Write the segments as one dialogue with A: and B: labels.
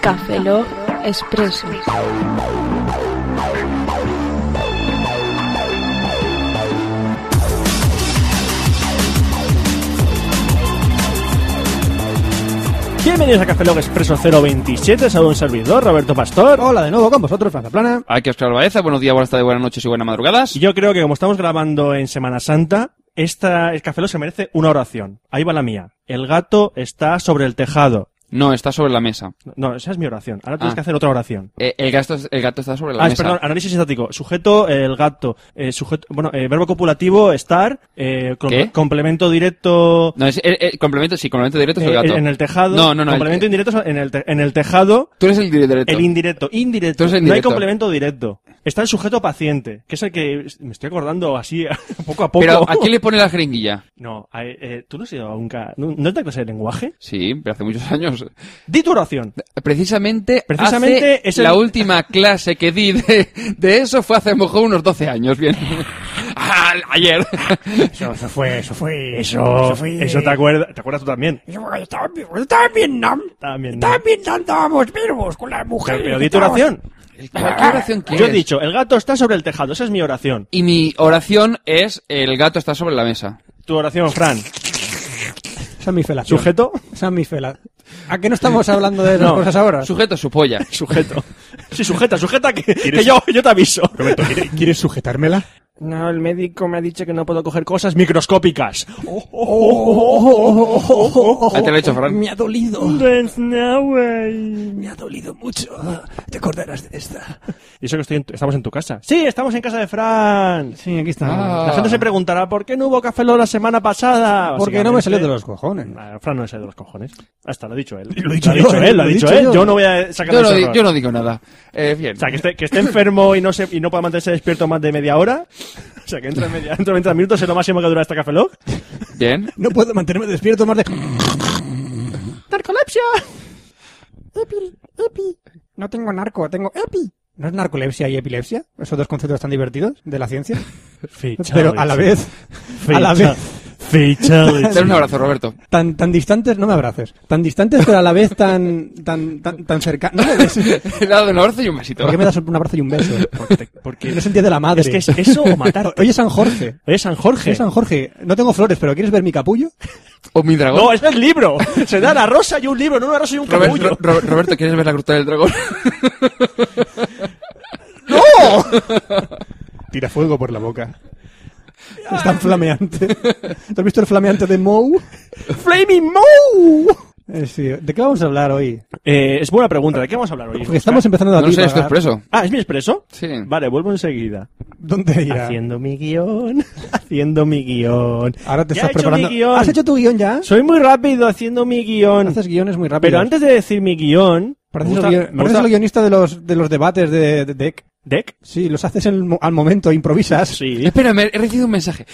A: Café Log Expreso.
B: Bienvenidos a Café Log Expreso 027, saludo a un servidor, Roberto Pastor.
C: Hola de nuevo con vosotros, Franza Plana.
D: Aquí Oscar Baeza, buenos días, buenas tardes, buenas noches y buenas madrugadas.
B: Y Yo creo que como estamos grabando en Semana Santa, esta, el Café Log se merece una oración. Ahí va la mía. El gato está sobre el tejado.
D: No, está sobre la mesa.
B: No, esa es mi oración. Ahora tienes
D: Ah.
B: que hacer otra oración.
D: Eh, el, gato, el gato está sobre la
B: Ah, es-
D: mesa.
B: perdón, análisis estático. Sujeto, eh, el gato. eh, sujeto, bueno, eh, verbo copulativo, estar. eh, com-
D: ¿Qué?
B: Complemento directo.
D: No, es eh, eh, complemento, sí, complemento directo es el
B: eh,
D: gato.
B: En el tejado.
D: No, no, no. el-
B: Complemento indirecto es en el, te- en el tejado.
D: Tú eres el directo.
B: El indirecto, indirecto.
D: Entonces, el
B: No hay
D: indirecto.
B: complemento directo. Está el sujeto paciente, que es el que me estoy acordando así poco a poco.
D: Pero ¿a quién le pone la jeringuilla?
B: No, a- eh, tú no has ido nunca. ¿No, no te clase de lenguaje?
D: Sí, pero hace muchos años.
B: Di tu oración.
D: Precisamente,
B: Precisamente
D: hace
B: es el-
D: la última clase que di de, de eso fue hace a lo mejor unos 12 años, bien. Ah, Ayer.
C: Eso, eso fue, eso fue,
B: eso te acuerdas, te acuerdas tú también.
C: Estaba en Vietnam.
B: También.
C: Estaba en Vietnam, estábamos vivos con las mujeres.
B: Pero di tu oración.
D: ¿Cuál- ¿Qué oración quieres?
B: Yo he dicho, el gato está sobre el tejado, esa es mi oración.
D: Y mi oración es el gato está sobre la mesa.
B: Tu oración, Fran.
C: Esa es mi felación.
B: Sujeto.
C: Esa es mi fela. ¿A qué no estamos hablando de esas
B: No.
C: cosas ahora?
D: Sujeto su polla.
B: Sujeto. Sí, sujeta, sujeta que, que yo, yo te aviso.
C: ¿Quieres sujetármela?
B: No, el médico me ha dicho que no puedo coger cosas microscópicas.
C: Oh,
D: Ah, te lo he hecho, Fran.
C: Me ha dolido.
B: Y
C: Me ha dolido mucho. Te acordarás de esta.
B: eso que estoy en tu- estamos en tu casa. Sí, estamos en casa de Fran.
C: Sí, aquí está.
D: Ah.
B: La gente se preguntará, ¿por qué no hubo café Lola la semana pasada?
C: Porque no me salió de
B: Básicamente,
C: los cojones.
B: Ah, Fran no es el de los cojones. Hasta lo ha dicho él.
C: Lo he dicho
B: ha
C: yo,
B: dicho
C: eh,
B: él, lo ha
C: lo he
B: dicho
C: dicho
B: él.
C: yo.
B: Yo no voy a sacar
D: Yo no,
B: ese
D: di-
B: error.
D: yo no digo nada. Eh, bien.
B: O sea, que esté, que esté enfermo y no, se, y no pueda mantenerse despierto más de media hora. O sea, que entra media, dentro de 20 minutos es lo máximo que dura este Café Lock.
D: Bien.
C: No puedo mantenerme despierto más de...
B: ¡Narcolepsia!
C: Epi, epi. No tengo narco, tengo epi. ¿No es narcolepsia y epilepsia? Esos dos conceptos tan divertidos de la ciencia. Pero a la vez, a la vez,
D: Dale un abrazo, Roberto.
C: tan, tan distantes, no me abraces. Tan distantes, pero a la vez tan, tan, tan, tan cercanos. No me des.
D: Le he dado un abrazo y un besito.
C: ¿Por qué me das un abrazo y un beso?
B: Porque
C: No es el día de la madre.
B: es que es eso o matarte.
C: Oye, San Jorge.
B: Oye, San Jorge.
C: Oye, San Jorge, no tengo flores, pero ¿quieres ver mi capullo?
D: O mi dragón.
B: No, ese es el libro. Se da la rosa y un libro, no una rosa y un
D: Robert-
B: capullo.
D: Ro- Ro- Roberto, ¿quieres ver la gruta del dragón?
C: Tira fuego por la boca. Es tan flameante. ¿Te has visto el flameante de Moe?
B: ¡Flaming Moe!
C: Eh, sí. ¿De qué vamos a hablar hoy?
B: Eh, es buena pregunta. ¿De qué vamos a hablar hoy?
C: Porque estamos empezando a
D: No lo sé, esto es
C: divagar.
D: preso.
B: Ah, ¿es mi expreso?
D: Sí.
B: Vale, vuelvo enseguida.
C: ¿Dónde irá?
B: Haciendo mi guión, haciendo mi guión.
C: Ahora te
B: Ya
C: estás
B: he hecho
C: preparando.
B: mi guión.
C: ¿Has hecho tu guión ya?
B: Soy muy rápido haciendo mi guión.
C: Haces guiones muy rápido.
B: Pero antes de decir mi guión,
C: Pareces,
B: me
C: el,
B: gusta-
C: guion-
B: me
C: pareces
B: gusta-
C: el guionista de los, de los debates de, de Deck.
B: ¿Deck?
C: Sí, los haces en el mo- al momento, improvisas.
B: Sí.
D: Espérame, he recibido un mensaje.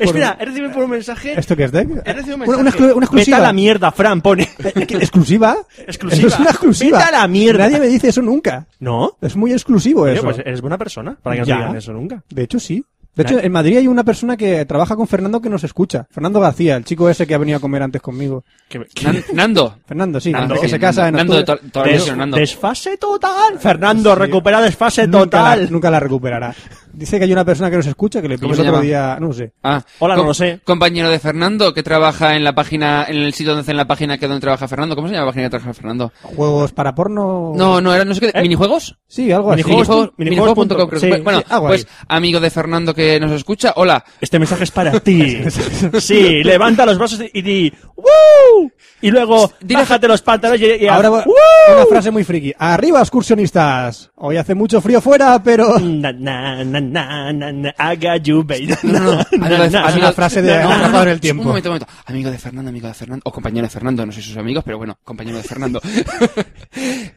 B: Espera, he recibido por un mensaje.
C: ¿Esto qué es Deck?
B: He recibido un
C: Una-
B: mensaje.
C: Una, exclu- una exclusiva.
B: Vete a la mierda, Fran, pone.
C: Eh, ¿qué- ¿Exclusiva?
B: Exclusiva.
C: Eso es una exclusiva.
B: Vete a la mierda.
C: Nadie me dice eso nunca.
B: ¿No?
C: Es muy exclusivo
B: Oye,
C: eso.
B: pues eres buena persona para que no te
C: Ya.
B: digan eso nunca.
C: De hecho, sí. De
B: Nadie-
C: hecho, en Madrid hay una persona que trabaja con Fernando que nos escucha. Fernando García, el chico ese que ha venido a comer antes conmigo.
B: Que- que-
D: Nan- Nando.
C: Fernando, sí,
B: Nando.
C: el que
D: Sí,
C: se casa en
D: Nando,
C: octubre.
D: de to- toda la
B: Des-
D: vida, Nando.
B: Desfase total. Fernando, recupera desfase
C: Nunca la-
B: total.
C: Nunca la recuperará. Dice que hay una persona que nos escucha que le
D: ¿Cómo
C: pidió el
D: se
C: otro
D: llama?
C: día, no sé.
D: Ah,
B: Hola, no
D: com-
B: lo sé.
D: Compañero de Fernando que trabaja en la página, en el sitio donde hacen la página que donde trabaja Fernando. ¿Cómo se llama la página que trabaja Fernando?
C: Juegos para porno.
D: No, no, era, no sé qué.
B: ¿Eh?
D: ¿Minijuegos?
C: Sí, algo así.
B: Minijuegos.
D: Minijuegos-
B: minijuegos punto com,
D: minijuegos.com, creo
B: sí, Ah,
D: que- Bueno,
C: sí, algo
D: pues
C: ahí.
D: amigo de Fernando que nos escucha. Hola.
B: Este mensaje es para ti. Sí, levanta los brazos y di ¡Woo! Y luego
D: Dile-
B: bájate los pantalones y, y haz,
C: Ahora voy-
B: ¡Woo!
C: una frase muy friki. Arriba, excursionistas. Hoy hace mucho frío fuera, pero
B: Na, na, na, na, na, na, I got you, baby.
D: No, no, no.
B: Na,
D: Amigo
B: na,
D: de-
B: na,
D: amigo-
C: una frase de-
D: No, no, no,
C: atrapado en
D: no.
C: el tiempo.
D: Un momento, un momento. Amigo de Fernando, amigo de Fernando. O compañero de Fernando, no soy sus amigos, pero bueno, compañero de Fernando.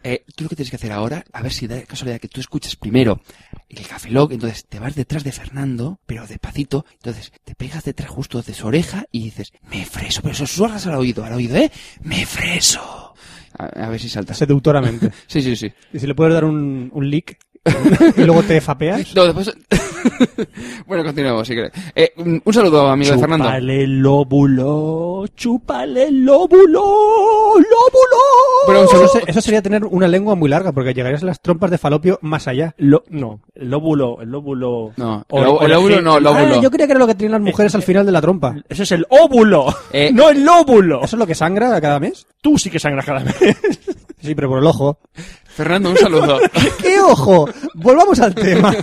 D: Eh, tú lo que tienes que hacer ahora, a ver si da casualidad que tú escuches primero el Café Lock, entonces te vas detrás de Fernando, pero despacito, entonces te pegas detrás justo de su oreja y dices, me freso, pero susurras al oído, al oído, ¿eh? Me freso. A, a ver si saltas.
C: seductoramente.
D: Sí, sí, sí.
C: Y si le puedes dar un, un lick. y luego te fapeas.
D: No, después... bueno, continuamos, si querés. Eh, un un saludo, amigo de Fernando.
B: Chúpale el lóbulo, chúpale el lóbulo, lóbulo.
D: Bueno, un
C: Eso,
D: saludo.
C: se- eso sería tener una lengua muy larga porque llegarías a las trompas de falopio más allá.
B: Lo- no, el lóbulo, el lóbulo.
D: No,
B: o-
D: el lo-
B: o
D: el lóbulo
B: gen-
D: no, el óvulo.
C: Ah, yo creía que era lo que tenían las mujeres al final de la trompa.
B: Ese es el óvulo,
D: Eh.
B: no el lóbulo.
C: ¿Eso es lo que sangra a cada mes?
B: Tú sí que sangras cada vez.
C: Sí, pero por el ojo.
D: Fernando, un saludo.
C: ¡Qué ojo! Volvamos al tema.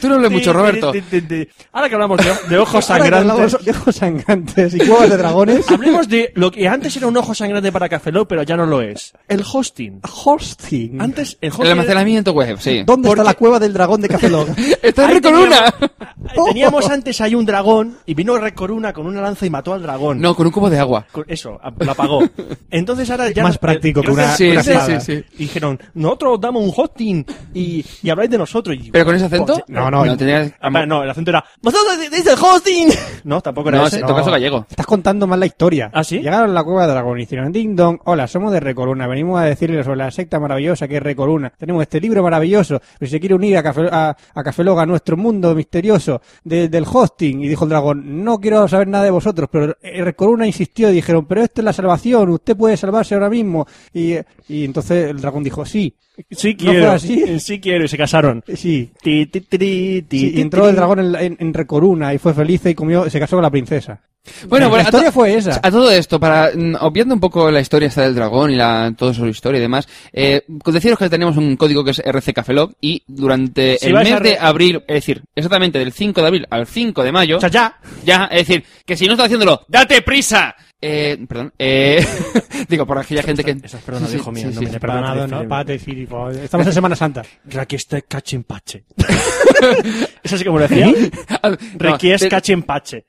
D: Tú no hables mucho, Roberto.
B: Ti, ti, ti, ti. Ahora que hablamos de, de ojos
C: Ahora que hablamos
B: sangrantes,
C: de ojos sangrantes y cuevas de dragones.
B: hablemos de lo que antes era un ojo sangrante para Café Lock, pero ya no lo es. El hosting.
C: Hosting.
B: Antes, el hosting.
D: El almacenamiento web, sí.
C: ¿Dónde
B: Porque-
C: está la cueva del dragón de Café Lock?
D: ¡Está en
B: Ahí
D: con
B: teníamos-
D: una!
B: Teníamos antes ahí un dragón y vino Recoruna con una lanza y mató al dragón.
D: No, con un cubo de agua.
B: Con- Eso, a- lo apagó. Entonces ahora ya...
C: Más
B: no-
C: práctico que
B: gracias-
C: una- Sí,
B: gracias-
C: una
D: espada. sí, sí,
B: Y Dijeron, nosotros damos un hosting y, y habláis de nosotros. Y-
D: ¿Pero con ese acento?
B: Por- Pues, no,
C: no,
D: no.
C: no.
D: tenías-
B: Ah, bueno, no, el acento era, vosotros deis el hosting. No, tampoco era
D: No,
B: ese.
D: en tu caso gallego.
C: Estás contando mal la historia.
B: ¿Ah, sí?
C: Llegaron a la cueva de dragón y hicieron ding dong. Hola, somos de Recoluna. Venimos a decirles sobre la secta maravillosa que es Recoluna. Tenemos este libro maravilloso. Si se quiere unir a Café, a, a Café Lock, a nuestro mundo misterioso de- del hosting. Y dijo el dragón, no quiero saber nada de vosotros. Pero eh, Recoluna insistió y dijeron, pero esto es la salvación. Usted puede salvarse ahora mismo. Y, y entonces el dragón dijo, sí,
B: Sí
C: ¿No fue
B: quiero,
C: así?
B: sí quiero, y se casaron.
C: sí.
B: Ti, ti, tri, ti,
C: Sí,
B: ti,
C: y entró
B: tri.
C: el dragón en, la- en- en Recoluna y fue feliz y comió, se casó con la princesa.
D: Bueno, pues,
C: la
D: bueno, a
C: historia
D: to-
C: fue esa.
D: A todo esto, para mm, obviando un poco la historia esta del dragón y la, toda su historia y demás, eh, con deciros que tenemos un código que es RC Cafelog y durante
B: Si
D: el
B: vais
D: mes
B: a re-
D: de abril, es decir, exactamente del 5 de abril al 5 de mayo,
B: O sea, ya.
D: ya, es decir, que si no estás haciéndolo, ¡date prisa! Eh, perdón, eh, digo, por aquella gente que...
B: Esa frona,
D: Sí, sí,
B: hijo mío,
D: sí,
B: no
D: sí.
B: me- Pate,
C: Perdonado, ¿no?
B: Filipe.
C: Pate, Filipe. Estamos en Semana Santa.
B: Requieste cachimpache. Eso sí como lo decía.
D: Ah, no,
B: Requieste
D: te-
B: cachimpache.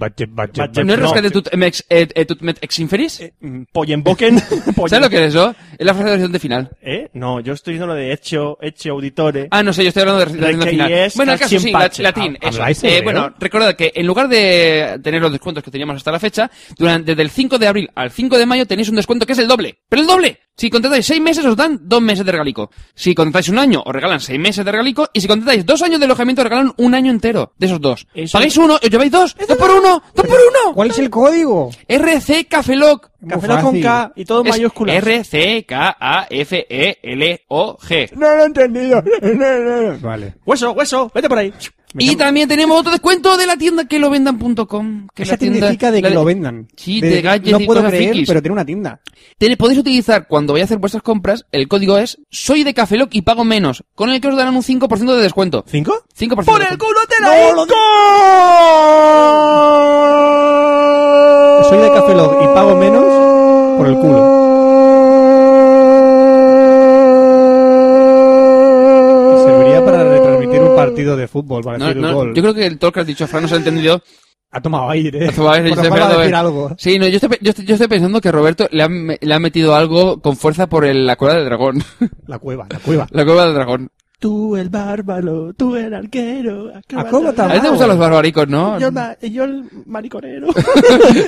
D: ¿No es
B: No. mm,
D: rescate tut mex- eh, eh, tut met ex inferis?
B: Pollenboken.
D: ¿Sabes lo que es eso? Es la frase de la versión de final.
B: ¿Eh? No, yo estoy diciendo lo de hecho, hecho auditore.
D: Ah, no sé, yo estoy hablando de recitación
B: Reque
D: final.
B: yes,
D: bueno, el caso sí,
B: cachimpache.
D: la- latín.
C: Ha-
D: eso.
C: ¿habláis
D: Eh,
C: hebreo?
D: bueno, recordad que en lugar de tener los descuentos que teníamos hasta la fecha, durante desde el 5 de abril al 5 de mayo tenéis un descuento que es el doble. ¡Pero el doble! Si contratáis 6 meses os dan 2 meses de regalico. Si contratáis un año os regalan 6 meses de regalico. Y si contratáis 2 años de alojamiento os regalan un año entero de esos dos.
B: Eso-
D: Pagáis uno y os lleváis dos. ¡Dos por uno! ¡Dos por uno!
C: ¿Cuál es el código?
D: RC Cafeloc.
C: Muy
B: Café Lock con
C: fácil.
B: K y todo en mayúsculas.
D: R C K A F E L O G.
C: No lo he entendido. Vale.
B: Hueso, hueso, vete por ahí.
D: Y también tenemos otro descuento de la tienda quelovendan.com. Que es
C: Esa
D: la tienda-
C: tiendecica de
D: la
C: que lo vendan.
D: Sí, de, gadgets
C: No
D: y
C: puedo
D: cosas
C: creer,
D: frikis.
C: pero tiene una tienda.
D: Tiene- podéis utilizar cuando vayáis a hacer vuestras compras, el código es soy de Cafeloc y pago menos, con el que os darán un 5% de descuento.
B: ¿Cinco?
D: 5%
B: ¡Por
D: de
B: el
D: descuento.
B: culo te la
C: No, lo
B: hinco!
C: Soy de Café Lock y pago menos por el culo. Serviría para retransmitir un partido de fútbol, para
D: Oh. No,
C: decir
D: no,
C: el gol.
D: yo creo que el todo lo que has dicho, Fran, no se ha entendido.
C: Ha tomado aire.
D: Ha tomado aire,
C: Por
D: yo estoy
C: lo cual va a
D: esperando a
C: decir
D: ver.
C: algo.
D: Sí, no, yo estoy, pe- yo estoy, yo estoy pensando que Roberto le han me- le han metido algo con fuerza por el- la cuerda del dragón.
C: La cueva, la cueva.
D: la cueva del dragón.
B: Tú el bárbaro, tú el arquero.
C: Acróbata.
D: A ti te
C: Ah,
D: gustan
C: bueno.
D: los barbaricos, ¿no?
B: Yo, el ma- yo el mariconero.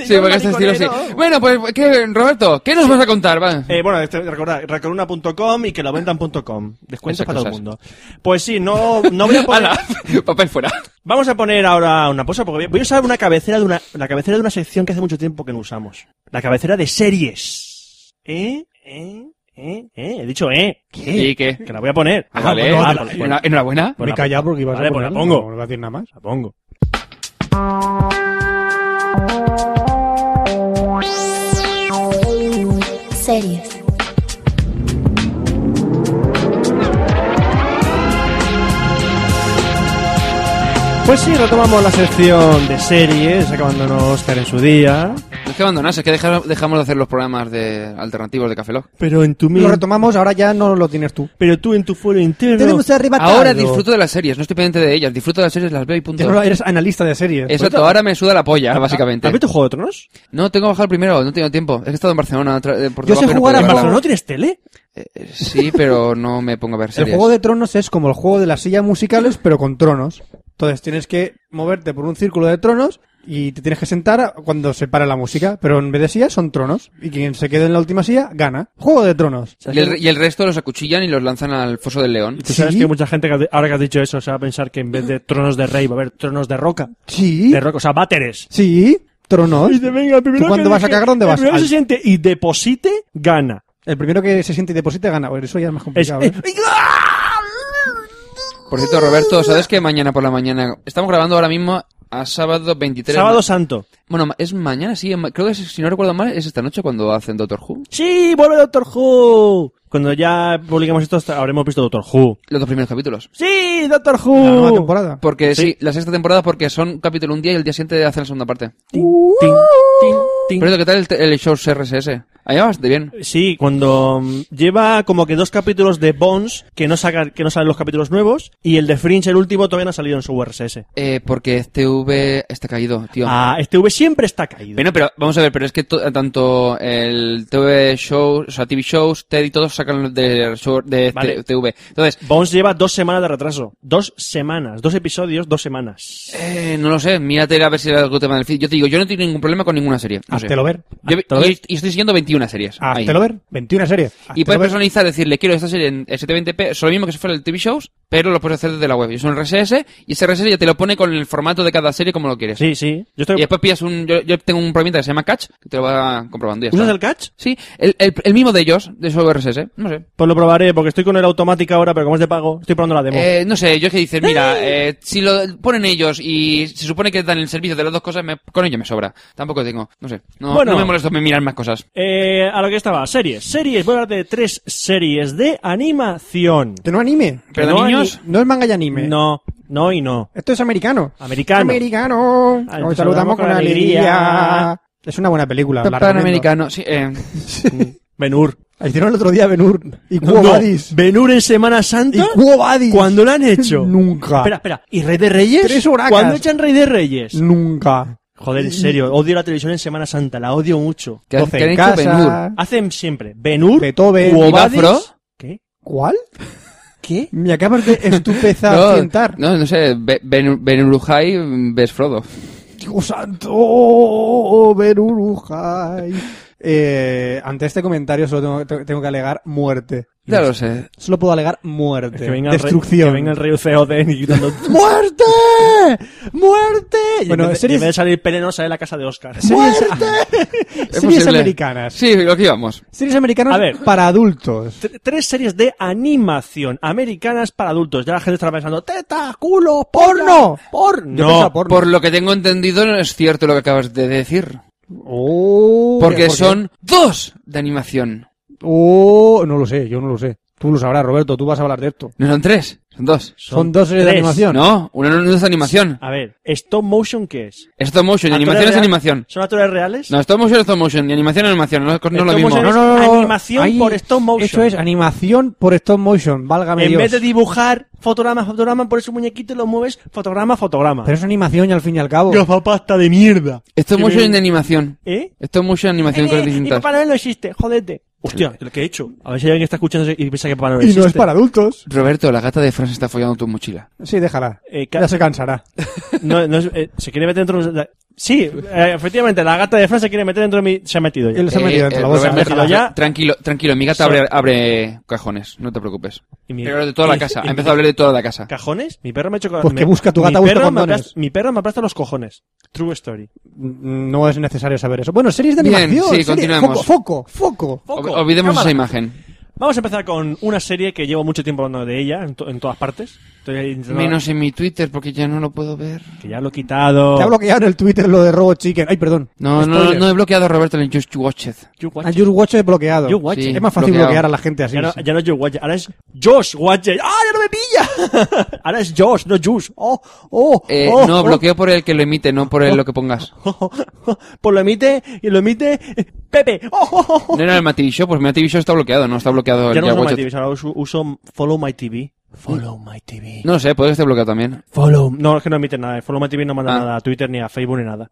D: Sí, porque este estilo sí. Bueno, pues, ¿qué, Roberto, ¿qué nos vas a contar? Va.
B: Eh, bueno, este- recordad, recoruna.com y que lo vendan.com. Descuentos
D: Esas
B: para todo el
D: cosas.
B: mundo. Pues sí, no, no voy a poner...
D: Ala, papel fuera.
B: Vamos a poner ahora una pausa porque voy a usar una cabecera de una, la cabecera de una sección que hace mucho tiempo que no usamos. La cabecera de series. ¿Eh? ¿Eh? ¿Eh? ¿Eh? He dicho ¿eh?
D: ¿Y qué?
B: Que la voy a poner.
D: Ah, vale,
B: bueno,
D: enhorabuena.
B: vale,
D: Enhorabuena. enhorabuena.
B: Pues
C: Me he
B: la-
C: callado porque ibas
B: Vale,
C: a
B: pues
C: poner
B: la
C: algo,
B: pongo.
C: No voy a decir nada más.
B: La pongo.
E: Series.
B: Pues sí, retomamos la sección de series, acabándonos estar en su día.
D: Es que abandonas, es que deja- dejamos de hacer los programas de alternativos de Café Lock.
B: Pero en tu
C: Lo retomamos, ahora ya no lo tienes tú.
B: pero tú en tu foro interno.
C: Tenemos arriba
D: Ahora disfruto de las series, no estoy pendiente de ellas, disfruto de las series, las veo y punto.
C: Ya no eres analista de series.
D: Exacto, ahora me suda la polla, básicamente.
B: ¿Has visto Juego de Tronos?
D: No, tengo que bajar primero, no tengo tiempo. Es que he estado en Barcelona tra- eh, por
C: Yo sé
D: trabajo y no
C: jugar
D: puedo
C: al
D: verla.
C: Barcelona.
B: ¿No tienes tele?
D: Eh, eh, Sí, pero no me pongo a ver
C: El
D: series.
C: juego de tronos es como el juego de las sillas musicales, pero con tronos. Entonces tienes que moverte por un círculo de tronos Y te tienes que sentar cuando se para la música, pero en vez de sillas son tronos. Y quien se quede en la última silla gana. Juego de tronos.
D: Y el, y el resto los acuchillan y los lanzan al foso del león.
B: Tú sabes
C: Sí.
B: que hay mucha gente que ha- ahora que has dicho eso se va a pensar que en vez de tronos de rey va a haber tronos de roca.
C: Sí.
B: De roca, o sea, váteres.
C: Sí. Tronos.
B: Dice, venga, primero
C: ¿Tú
B: que
C: cuándo vas a
B: deje-
C: cagar, dónde
B: el
C: vas?
B: primero
C: Al-
B: se siente y deposite, gana.
C: El primero que se siente y deposite gana. Bueno, eso ya es más
B: Es-
C: complicado. ¿eh?
B: eh, ¡ah!
D: Por cierto, Roberto, ¿sabes que mañana por la mañana? Estamos grabando ahora mismo a sábado 23.
B: Sábado Santo.
D: Bueno, ma- es mañana, sí. ma- Creo que es- si no recuerdo mal, es esta noche cuando hacen Doctor Who.
B: Sí, vuelve Doctor Who. Cuando ya publiquemos esto hasta- habremos visto Doctor Who.
D: Los dos primeros capítulos.
B: Sí, Doctor
C: La
D: Oh.
C: nueva
B: Who.
C: temporada.
D: Porque sí.
B: Sí.
D: la sexta temporada, porque son capítulo un día y el día siguiente hacen la segunda parte.
B: Tin, tin, tin, tin.
D: Pero ¿qué tal el, te- el show RSS? Allá vas de bien.
B: Sí, cuando mm, lleva como que dos capítulos de Bones que no saca, que no salen los capítulos nuevos y el de Fringe el último todavía no ha salido en su RSS.
D: Eh, porque TV está caído, tío.
B: Ah, este V siempre está caído.
D: Bueno, pero vamos a ver, pero es que to- tanto el TV show, o sea, TV shows, TED y todos sacan de, show- de
B: Vale.
D: te- TV. Entonces,
B: Bones lleva dos semanas de retraso. Dos semanas. Dos episodios, dos semanas.
D: eh, no lo sé, mírate a ver si hay algún tema del feed. Yo te digo, yo no tengo ningún problema con ninguna serie.
B: Ah,
D: No sé.
C: Háztelo ver.
D: Yo vi-
B: Háztelo
D: y-
B: ver.
D: y estoy siguiendo 21 series.
B: Ah,
D: ahí.
C: Háztelo ver. 21 series.
D: Y
C: Háztelo
D: puedes
C: ver.
D: personalizar, decirle, quiero esta serie en 720p, es lo mismo que si fuera el TV shows, pero lo puedes hacer desde la web. Es un RSS y ese RSS ya te lo pone con el formato de cada serie como lo quieres.
B: Sí, sí. Yo estoy...
D: Y después pillas un. Yo, yo tengo un programa que se llama Catch, que te lo va comprobando. y ya
B: ¿Usas
D: está.
B: el catch?
D: Sí, el, el, el mismo de ellos, de su RSS, no sé.
B: Pues lo probaré porque estoy con el automática ahora, pero como es de pago, estoy probando la demo.
D: Eh, no sé, yo es que dices, mira, eh, si lo ponen ellos y se supone que dan el servicio de las dos cosas, me- con ello me sobra. Tampoco tengo, no sé. No,
B: Bueno.
D: no me molesto en mirar más cosas.
B: Eh, a lo que estaba, series, series, voy a hablar de tres series de animación.
C: Que no anime.
D: Pero
B: no
D: de
B: hay
D: niños,
C: No es manga y anime.
B: No, no y no.
C: Esto es americano.
B: Americano.
C: Americano.
B: Ah,
C: Nos
B: te
C: saludamos con alegría. Es una buena película. la
D: Capitán
C: recomiendo.
D: Americano, sí, eh,
B: Benur.
C: La Hicieron el otro día Benur y Quo Vadis.
B: Benur en Semana
C: Y
B: Santa.
C: Quo Vadis.
B: ¿Cuándo lo han hecho?
C: Nunca.
B: Espera, espera. ¿Y Rey de Reyes?
C: Tres horacas.
B: ¿Cuándo echan Rey de Reyes?
C: Nunca.
B: Joder, en serio, odio la televisión en Semana Santa, la odio mucho.
D: que,
C: Doce
D: que han
C: en
D: hecho Ben-Hur.
C: casa.
B: Hacen siempre Benur,
C: Beethoven.
D: Quo
B: Ovadis-
D: Ibafro.
B: ¿Qué?
C: ¿Cuál?
B: ¿Qué?
C: Me acabas de
D: No,
C: estupefacientar.
D: no, no sé, Be- ben, Benurujai ves Frodo.
C: Dios santo, Benurujay. Eh, ante este comentario solo tengo, tengo que alegar muerte.
D: Ya lo sé.
C: Solo puedo alegar muerte.
B: Que venga el rey-
C: Destrucción.
B: que venga el rey Feoden y quitando...
C: ¡Muerte! ¡Muerte!
B: bueno, en
C: Bueno,
B: vez de, en
C: series,
B: vez de salir Peleno, sale la casa de Oscar.
C: series,
D: Es
C: series
D: posible.
C: americanas.
D: Sí, lo que íbamos.
C: Series americanas
B: A ver.
C: para adultos.
B: Tre- Tres series de animación americanas para adultos. Ya la gente está pensando, teta, culo, porno,
C: Yo
B: porno.
C: pensaba porno.
D: Por lo que tengo entendido, no es cierto lo que acabas de decir.
C: Oh,
D: Porque
C: ¿por qué?
D: son dos de animación.
C: Oh, no lo sé, yo no lo sé. Tú lo sabrás, Roberto, tú vas a hablar de esto.
D: No son tres, son dos.
C: Son, dos series de
B: tres.
C: animación.
D: No, una no es animación.
B: A ver, ¿stop motion qué es?
D: Stop motion
B: ¿Actores
D: y Pues animación es
B: real-
D: animación.
B: ¿Son actores reales?
D: No, stop motion es stop motion y animación es animación. No, no es lo
B: Stop
D: mismo.
B: motion
D: No,
B: es-
D: no.
B: Animación por stop motion.
C: Eso es, animación por stop motion, válgame
B: en
C: Dios.
B: vez de dibujar fotograma, fotograma, pones un muñequito y lo mueves fotograma, fotograma.
C: Pero es animación y al fin y al cabo.
B: pasta de mierda.
D: Stop motion es animación.
B: ¿Eh?
D: Stop motion y animación cosas
B: Eh, y
D: distintas.
B: Papá Noel no existe, jodete. Hostia, lo que he hecho. A ver si hay alguien que está escuchando y piensa que Papá Noel
C: y
B: existe.
C: no es para adultos.
D: Roberto, la gata de Fran se está follando tu mochila.
C: Sí, déjala.
B: Eh, ca-
C: Ya se cansará.
B: No, no es- eh, se quiere meter dentro de... la- Sí, eh, efectivamente, la gata de Fran se quiere meter dentro de mi... Se ha metido ya.
C: Él se ha
D: Eh, eh,
C: metido dentro de la bolsa.
D: Roberto,
B: Déjala ya.
D: Tranquilo, tranquilo. Mi gata
B: Son-
D: abre, abre cajones. No te preocupes.
B: Y mi-
D: Pero de toda la
B: y-
D: casa.
B: y
D: Ha
B: mi-
D: empezado a hablar de toda la casa.
B: ¿Cajones? Mi perro me ha hecho...
C: Pues
B: me-
C: que busca tu gata,
B: mi
C: busca
B: perro me
C: condones.
B: aplasta- Mi perro me aplasta los cojones. True story.
C: No es necesario saber eso. Bueno, series de
D: Bien,
C: animación.
D: sí,
C: series-
D: continuemos.
C: Foco, foco, foco.
B: Foco,
D: Ob- olvidemos
B: cámara.
D: esa imagen.
B: Vamos a empezar con una serie que llevo mucho tiempo hablando de ella, en, to- en todas partes. Estoy intentando-
D: Menos en mi Twitter porque ya no lo puedo ver.
B: Que ya lo he quitado.
C: Te ha bloqueado en el Twitter lo de Robo Chicken. Ay, perdón.
D: No, no, no,
B: Spoiler.
D: no he bloqueado a Roberto en el Just Watch It.
B: You watch
C: A
B: it.
C: Your Watch es bloqueado.
B: You watch
D: Sí.
B: it.
C: Es más fácil
D: bloqueado.
C: bloquear a la gente así.
B: Ya no,
C: sí.
B: ya no es Joe Watcher, ahora es Josh Watcher. ¡Ah, ya no me pilla! ahora es Josh, no Josh. ¡Oh, oh,
D: Eh,
B: oh,
D: no,
B: oh.
D: bloqueo por el que lo emite, no por el lo que pongas.
B: Pues lo emite y lo emite eh, Pepe. ¡Oh, oh, oh, oh.
D: No era el Mativishow, pues mi Mativishow está bloqueado, no está bloqueado
B: Ya no uso
D: el Just
B: My
D: Watch It.
B: TV, ahora uso, uso Follow My TV. Follow My TV.
D: No lo sé, puede que esté bloqueado también.
B: Follow. No, es que no emite nada. eh. Follow My TV no manda
D: Ah.
B: nada a Twitter, ni a Facebook, ni nada.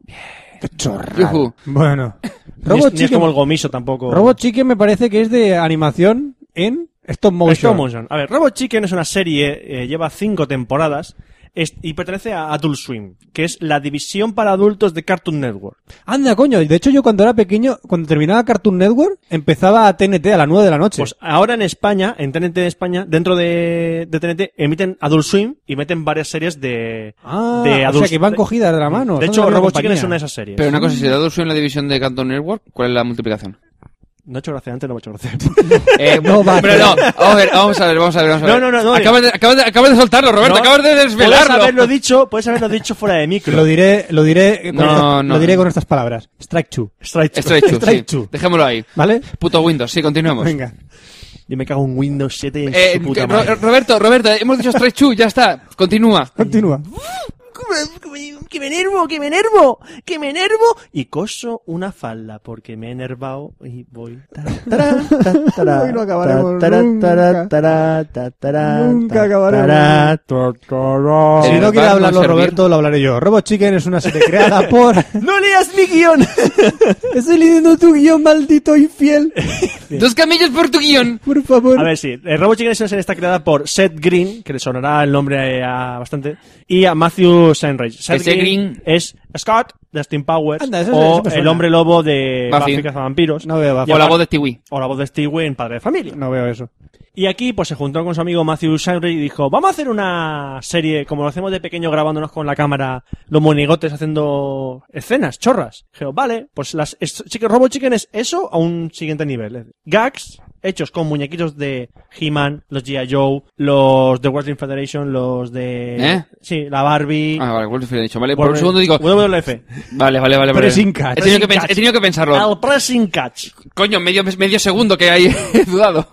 C: Qué chorrada.
D: Yujú.
C: Bueno.
B: ni,
C: Robo
B: es, ni es
C: Chicken,
B: como el gomiso tampoco.
C: Robot Chicken me parece que es de animación en stop motion.
B: Stop motion. A ver, Robot Chicken es una serie, eh, lleva cinco temporadas. es- y pertenece a Adult Swim, que es la división para adultos de Cartoon Network.
C: Anda, coño. De hecho, yo cuando era pequeño, cuando terminaba Cartoon Network, empezaba a TNT a las 9 de la noche.
B: Pues ahora en España, en TNT de España, dentro de, de TNT, emiten Adult Swim y meten varias series de,
C: ah,
B: de
C: o sea, que van
B: de-
C: cogidas de la mano.
B: De
C: son
B: hecho,
C: la misma
B: Robot Chicken
C: compañía.
B: es una de esas series.
D: Pero una cosa, si te dado en la división de Canton Network, ¿cuál es la multiplicación?
B: No ha hecho gracia, antes no me ha hecho gracia.
D: Eh,
C: No, va.
D: pero no, vamos a ver, vamos a ver, vamos a ver. Vamos a
B: No,
D: ver.
B: no, no, no. eh.
D: Acabas de, acabas de, acabas de soltarlo, Roberto,
B: No,
D: acabas de
B: Puedes
D: desvelarlo.
B: haberlo dicho, puedes haberlo dicho fuera de micro.
C: Lo diré, lo diré, con
D: No,
C: estas-
D: no.
C: lo diré con estas palabras. Strike two.
B: Strike two.
D: Straight to,
C: Straight
D: sí.
C: to.
D: Dejémoslo ahí.
C: ¿Vale?
D: Puto Windows, sí, continuemos.
C: Venga.
B: Yo me cago en Windows 7 y en
D: Eh,
B: su puta
D: Ro-
B: madre.
D: Roberto, Roberto, hemos dicho Straight to, ya está, continúa.
C: Continúa.
B: que me enervo, que me enervo, que me enervo. Y coso una falda porque me he enervado y voy.
C: Hoy no acabaremos nunca. Nunca acabaremos.
B: acabaremos.
D: El
C: Si no
D: bar
C: quiere
D: no
C: hablarlo
D: servir.
C: Roberto, lo hablaré yo. Robot Chicken es una serie creada por...
B: ¡No leas mi guión!
C: Estoy leyendo tu guión, maldito infiel.
D: Dos camillas por tu guión.
C: Por favor.
B: A ver, sí. El Robot Chicken es una serie que está creada por Seth Green, que le sonará el nombre eh, a bastante, y a Matthew Sandridge. Seth
D: Ese Green-
B: es Scott de Steam Powers
C: Anda, eso-
B: o
C: eso me suena.
B: el hombre lobo de
D: Buffy.
B: Buffy Cazavampiros
C: No veo, va.
B: Y
D: O la
B: aparte-
D: voz de Tiwi.
B: o la voz de Stewie en Padre de Familia.
C: No veo eso.
B: Y aquí pues se juntó con su amigo Matthew Sandridge y dijo, vamos a hacer una serie como lo hacemos de pequeño grabándonos con la cámara, los monigotes haciendo escenas, chorras. Dijo, vale, pues las es- Chicken- Robot Chicken es eso a un siguiente nivel. Gags hechos con muñequitos de He-Man, los G.I. Joe, los de Wrestling Federation, los de...
D: ¿Eh?
B: Sí, la Barbie...
D: Ah, vale, Wolf he dicho, vale, por
B: Warner-
D: un segundo digo,
B: WWF.
D: vale, vale, vale. vale.
C: Pressing catch.
D: He tenido que,
B: Pressing
D: pens-
B: catch.
D: he tenido que pensarlo.
B: El Pressing Catch.
D: Coño, medio, medio segundo que ahí he dudado.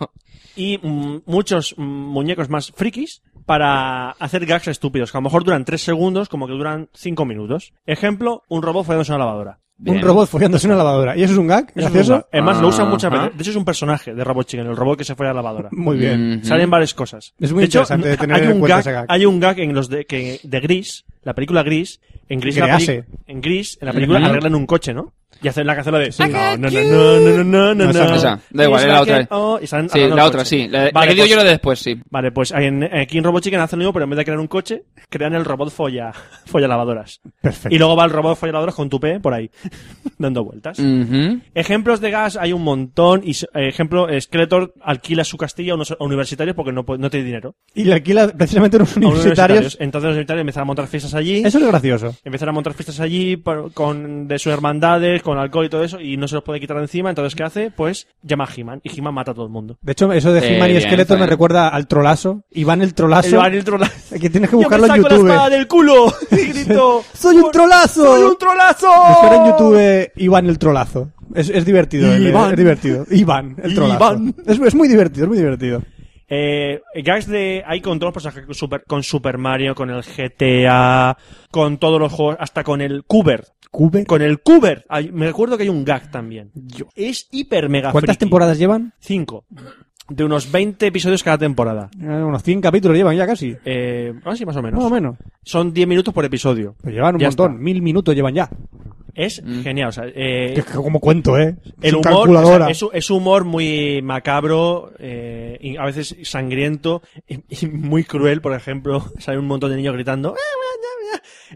B: y mm, muchos mm, muñecos más frikis para hacer gags estúpidos, que a lo mejor duran 3 segundos, como que duran 5 minutos. Ejemplo, un robot follándose una lavadora.
D: Bien.
C: Un robot follándose una lavadora. ¿Y eso es un gag?
B: Eso es
C: ¿Gracioso?
B: un gag. Además, lo usan muchas
D: Ajá.
B: veces. De hecho, es un personaje de Robot Chicken, el robot que se fue a la lavadora.
C: Muy bien.
D: Ujú.
B: Salen varias cosas.
C: Mm-hmm. Es muy
B: de hecho,
C: interesante de tener
B: hay
C: en
B: un
C: cuenta
B: gag,
C: ese gag.
B: Hay un gag en los de, que, de Gris, la película Gris. En Gris,
C: Que
B: la
C: hace. Mm-hmm.
B: peli- en Gris, en la película
D: Ujú.
B: arreglan un coche, ¿no? Y hacen la canción de...
C: Sí.
B: No, no, no, no, no, no, no, no.
C: No, esa no.
D: Esa. Da igual,
B: Please
D: era la
B: like
D: otra.
B: it, oh, y salen
D: Sí,
B: arreglando
D: la
B: el
D: otra,
B: coche.
D: sí. La, la
B: Vale,
D: que digo
B: pues-
D: yo la de después, sí.
B: Vale, pues en- aquí en Robot Chicken hacen lo mismo, pero en vez de crear un coche, crean el robot folla, folla lavadoras.
C: Perfecto.
B: Y luego va el robot folla lavadoras con tu P por ahí, dando vueltas.
C: Mm.
D: Ujú.
B: Ejemplos de gas hay un montón. Y, se- ejemplo, Skeletor alquila su castillo a unos universitarios porque no, puede- no tiene dinero.
C: Y le alquila precisamente unos
B: A unos
C: universitarios.
B: Entonces los universitarios empiezan a montar fiestas allí.
C: Eso es gracioso.
B: Empiezan a montar fiestas allí por- con, de sus hermandades, con alcohol y todo eso, y no se los puede quitar de encima. Entonces, ¿qué hace? Pues llama a He-Man y He-Man mata a todo el mundo.
C: De hecho, eso de
D: Eh,
C: He-Man y
D: bien, está
C: Esqueleto me
D: bien.
C: recuerda al trolazo. Iván el trolazo.
B: Van el trola-
C: Que tienes que buscarlo
B: Yo
C: en
B: me saco la espada
C: YouTube.
B: del culo y grito
C: ¡Soy un
B: "Por-
C: trolazo!
B: ¡Soy un trolazo!
C: Buscar en YouTube eh, Iván el trolazo. Es, es divertido. el-
B: Iván.
C: Es divertido. Iván el trolazo.
B: Iván.
C: Es, es muy divertido, es muy divertido.
B: Eh, gags de hay con todos los personajes con Super, con Super Mario, con el GTA, con todos los juegos, hasta con el Cuber.
C: Cube.
B: Con el Cuber. Hay- me recuerdo que hay un gag también. Es hiper mega
C: ¿Cuántas
B: friki.
C: temporadas llevan?
B: Cinco. De unos 20 episodios cada temporada.
C: Eh, unos 100 capítulos llevan ya casi.
B: Eh, así más o menos.
C: Más o menos.
B: Son 10 minutos por episodio.
C: Pues llevan un
B: Ya
C: montón.
B: está.
C: Mil minutos llevan ya.
B: Es
C: Mm.
B: genial. O sea, eh,
C: Es que como cuento, ¿eh?
B: El
C: Sin
B: humor
C: calculadora.
B: o sea, es, es humor muy macabro, eh, y a veces sangriento y, y muy cruel. Por ejemplo, sale un montón de niños gritando "Ah,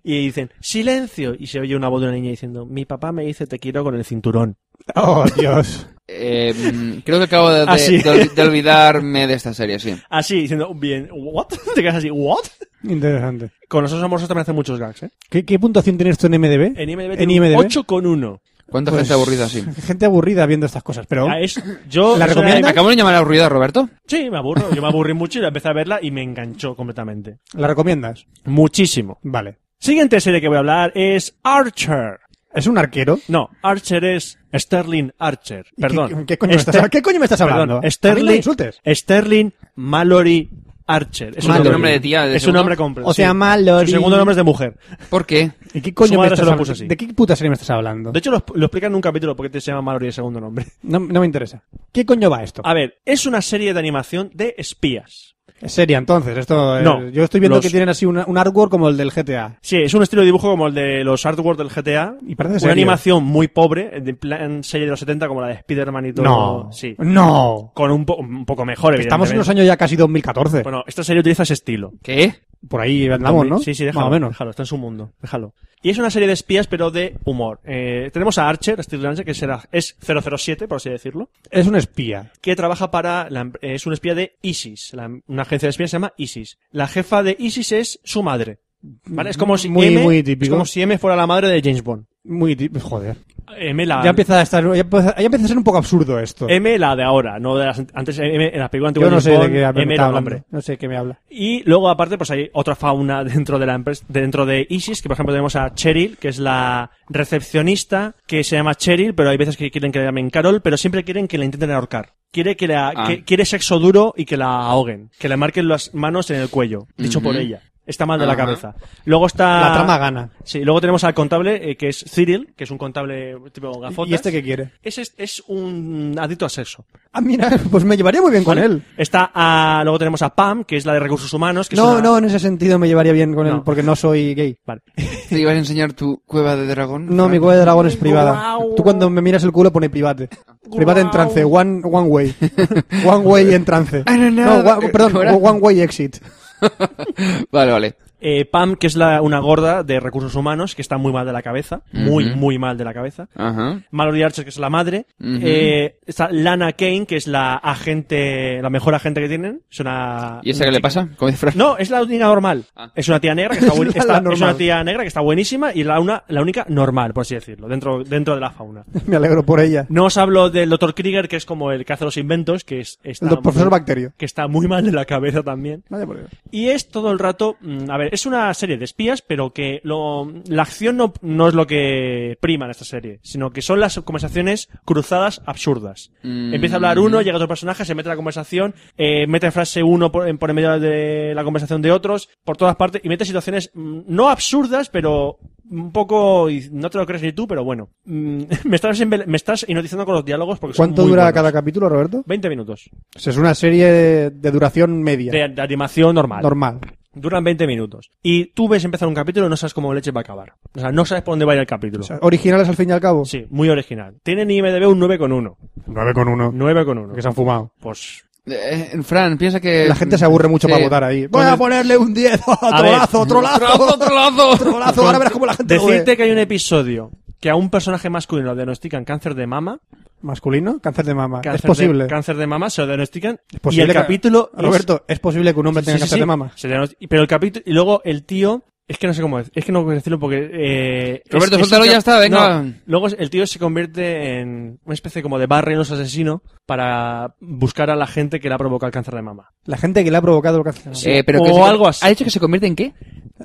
B: y dicen silencio y se oye una voz de una niña diciendo mi papá me dice te quiero con el cinturón.
C: Oh, Dios.
D: Eh, mm, creo que acabo de, de-
B: Ah, sí.
D: de olvi- de olvidarme de esta serie, sí.
B: Así diciendo bien what te quedas así what.
C: Interesante.
B: Con nosotros amorosos también hacen muchos gags. ¿eh?
C: ¿Qué, qué puntuación tienes tú en MDB?
B: En IMDb,
C: En
B: tiene un
C: IMDb.
B: 8 con 1.
D: ¿Cuánta
C: Pues-
D: gente aburrida así?
C: Gente aburrida viendo estas cosas, pero...
B: Ah, es- yo
C: ¿La
B: es una-
C: recomiendas?
D: ¿Acabamos de llamar aburrida, Roberto?
B: Sí, me aburro. Yo me aburrí mucho y empecé a verla y me enganchó completamente.
C: ¿La recomiendas?
B: Muchísimo.
C: Vale.
B: Siguiente serie que voy a hablar es Archer.
C: ¿Es un arquero?
B: No, Archer es Sterling Archer.
C: ¿Y
B: Perdón.
C: ¿Qué, qué coño me estás,
B: Ester-
C: ¿Qué coño me estás
B: perdón,
C: hablando? A mí no me
B: Sterling,
C: insultes.
B: Sterling Mallory Archer. Es
C: Mallory.
B: nombre
D: Nombre de tía, de
B: es un
D: segundo.
B: nombre completo.
C: O sea,
B: sí.
C: Mallory.
B: Su segundo nombre es de mujer.
D: ¿Por qué?
C: ¿Y qué coño
B: Su
C: me
B: madre
C: estás
B: se lo
C: hablando?
B: puso así.
C: ¿De qué puta serie me estás hablando?
B: De hecho, lo, lo explican en un capítulo porque este se llama Mallory el segundo nombre.
C: No, no me interesa. ¿Qué coño va esto?
B: A ver, es una serie de animación de espías.
C: Es serie, entonces. Esto, eh,
B: No,
C: yo estoy viendo
B: los-
C: que tienen así una- un artwork como el del GTA.
B: Sí, es un estilo de dibujo como el de los artworks del GTA.
C: Y parece
B: una
C: serio.
B: animación muy pobre, de plan serie de los 70 como la de Spider-Man y todo.
C: No.
B: Sí.
C: No.
B: Con un, po- un poco mejor,
C: Estamos en
B: evidentemente.
C: los años ya casi 2014.
B: Bueno, esta serie utiliza ese estilo.
D: ¿Qué?
C: Por ahí andamos, ¿no?
B: Sí, sí,
C: Más
B: déjalo.
C: o menos.
B: Déjalo, está en su mundo. Déjalo. Y es una serie de espías, pero de humor. Eh, tenemos a Archer, a Steve Lancer, que será, es 007, por así decirlo,
C: Es un espía.
B: que trabaja para, la em- eh, es un espía de ISIS. La- em, una agencia de espías se llama ISIS. La jefa de ISIS es su madre. ¿Vale? Es como si
C: Muy,
B: M,
C: muy típico.
B: Es como si M fuera la madre de James Bond.
C: Muy ti- joder.
B: M la,
C: Ya empieza a estar, ya empieza, ya empieza a ser un poco absurdo esto.
B: Ah, M la de ahora, no de las, antes M, en la película antigua
C: Yo no
B: de
C: sé
B: James
C: de
B: Bond,
C: qué me
B: M
C: está
B: era un
C: hablando.
B: hombre.
C: No sé de qué me habla.
B: Y luego, aparte, pues hay otra fauna dentro de la empresa, dentro de ISIS, que por ejemplo tenemos a Cheryl, que es la recepcionista, que se llama Cheryl, pero hay veces que quieren que la llamen Carol, pero siempre quieren que la intenten ahorcar. Quiere que la,
D: Ah.
B: que- quiere sexo duro y que la ahoguen. Que le marquen las manos en el cuello. Dicho por
D: Ujú.
B: ella. Está mal de la
D: Ajá.
B: cabeza. Luego está...
C: La trama gana.
B: Sí, luego tenemos al contable, eh, que es Cyril, que es un contable tipo gafotas.
C: ¿Y este qué quiere?
B: Ese es, es un adicto a sexo.
C: Ah, mira, pues me llevaría muy bien con
B: ¿Vale?
C: él.
B: Está a, luego tenemos a Pam, que es la de recursos humanos. Que es
C: No,
B: una-
C: no, en ese sentido me llevaría bien con él
B: No.
C: porque no soy gay.
B: Vale.
D: ¿Te ibas a enseñar tu cueva de dragón?
C: No, mi cueva de dragón es privada. Tú cuando me miras el culo pone private. Private en trance, one, one way. One way en trance.
D: Ah, no, no,
C: one-
D: eh,
C: perdón,
D: ¿cómo era?
C: one way exit.
D: Vale, vale.
B: Eh, Pam, que es la, una gorda de recursos humanos, que está muy mal de la cabeza. Muy,
D: Ujú.
B: muy mal de la cabeza.
D: Ajá.
B: Mallory Archer, que es la madre.
D: Ujú.
B: Eh, está Lana Kane, que es la agente, la mejor agente que tienen. Es una...
D: ¿Y esa qué le pasa? ¿Cómo dice Fran?
B: No, es la única normal.
D: Ah.
B: Es una tía negra que está, buen-
C: Es la
B: está-
C: normal.
B: es una tía negra que está buenísima y la, una, la única normal, por así decirlo, dentro, dentro de la fauna.
C: Me alegro por ella.
B: No os hablo del Dr. Krieger, que es como el que hace los inventos, que es, está
C: El do- profesor
B: muy-
C: Bacterio.
B: que está muy mal de la cabeza también.
C: Vaya por Dios.
B: Y es todo el rato, mm, a ver, es una serie de espías, pero que lo, la acción no, no es lo que prima en esta serie, sino que son las conversaciones cruzadas absurdas.
D: Mm.
B: Empieza a hablar uno, llega otro personaje, se mete en la conversación, eh, mete frase uno por, en- por en medio de la conversación de otros, por todas partes, y mete situaciones mm, no absurdas, pero un poco, y no te lo crees ni tú, pero bueno. Mm, Me estás, embele- me estás hipnotizando con los diálogos porque son
C: ¿Cuánto
B: Pues muy
C: dura
B: buenos.
C: cada capítulo, Roberto?
B: 20 minutos.
C: O sea, es una serie de, de duración media.
B: De, de animación normal.
C: normal.
B: Duran 20 minutos. Y tú ves empezar un capítulo y no sabes cómo leche va a acabar. O sea, no sabes por dónde va a ir el capítulo.
C: O sea, originales al fin y al cabo.
B: Sí, muy original. Tienen IMDB un 9,1.
C: 9 con 1.
B: 9,1.
C: Que se han fumado.
B: Pues...
D: Eh, eh, Fran, piensa que...
C: La gente se aburre mucho
D: Sí.
C: para votar ¿eh? ahí. Voy a ponerle un 10.
B: A ver.
C: Trolazo,
D: ¡Trolazo,
C: trolazo.
D: trolazo!
C: Trolazo. Ahora verás cómo la gente lo ve.
B: Decirte que hay un episodio que a un personaje masculino le diagnostican cáncer de mama.
C: masculino, cáncer de mama.
B: Cáncer
C: Ah, es posible.
B: De, cáncer de mama se lo diagnostican.
C: Es posible
B: y el
C: que-
B: capítulo... es-
C: Roberto, es posible que un hombre
B: Sí,
C: tenga
B: sí,
C: cáncer
B: sí.
C: de mama.
B: Se diagnosti- Pero el capítulo... Y luego el tío... Es que no sé cómo es. Es que no puedo decirlo porque... Eh, es-
D: Roberto,
B: es un
D: suéltalo,
B: cap-
D: ya está, venga.
B: No, luego el tío se convierte en una especie como de barrenos asesino para buscar a la gente que le ha provocado el cáncer de mama.
C: La gente que le ha provocado el cáncer de mama.
D: Eh, pero
B: O
D: que se-
B: algo así.
D: ¿Ha dicho que se convierte en qué?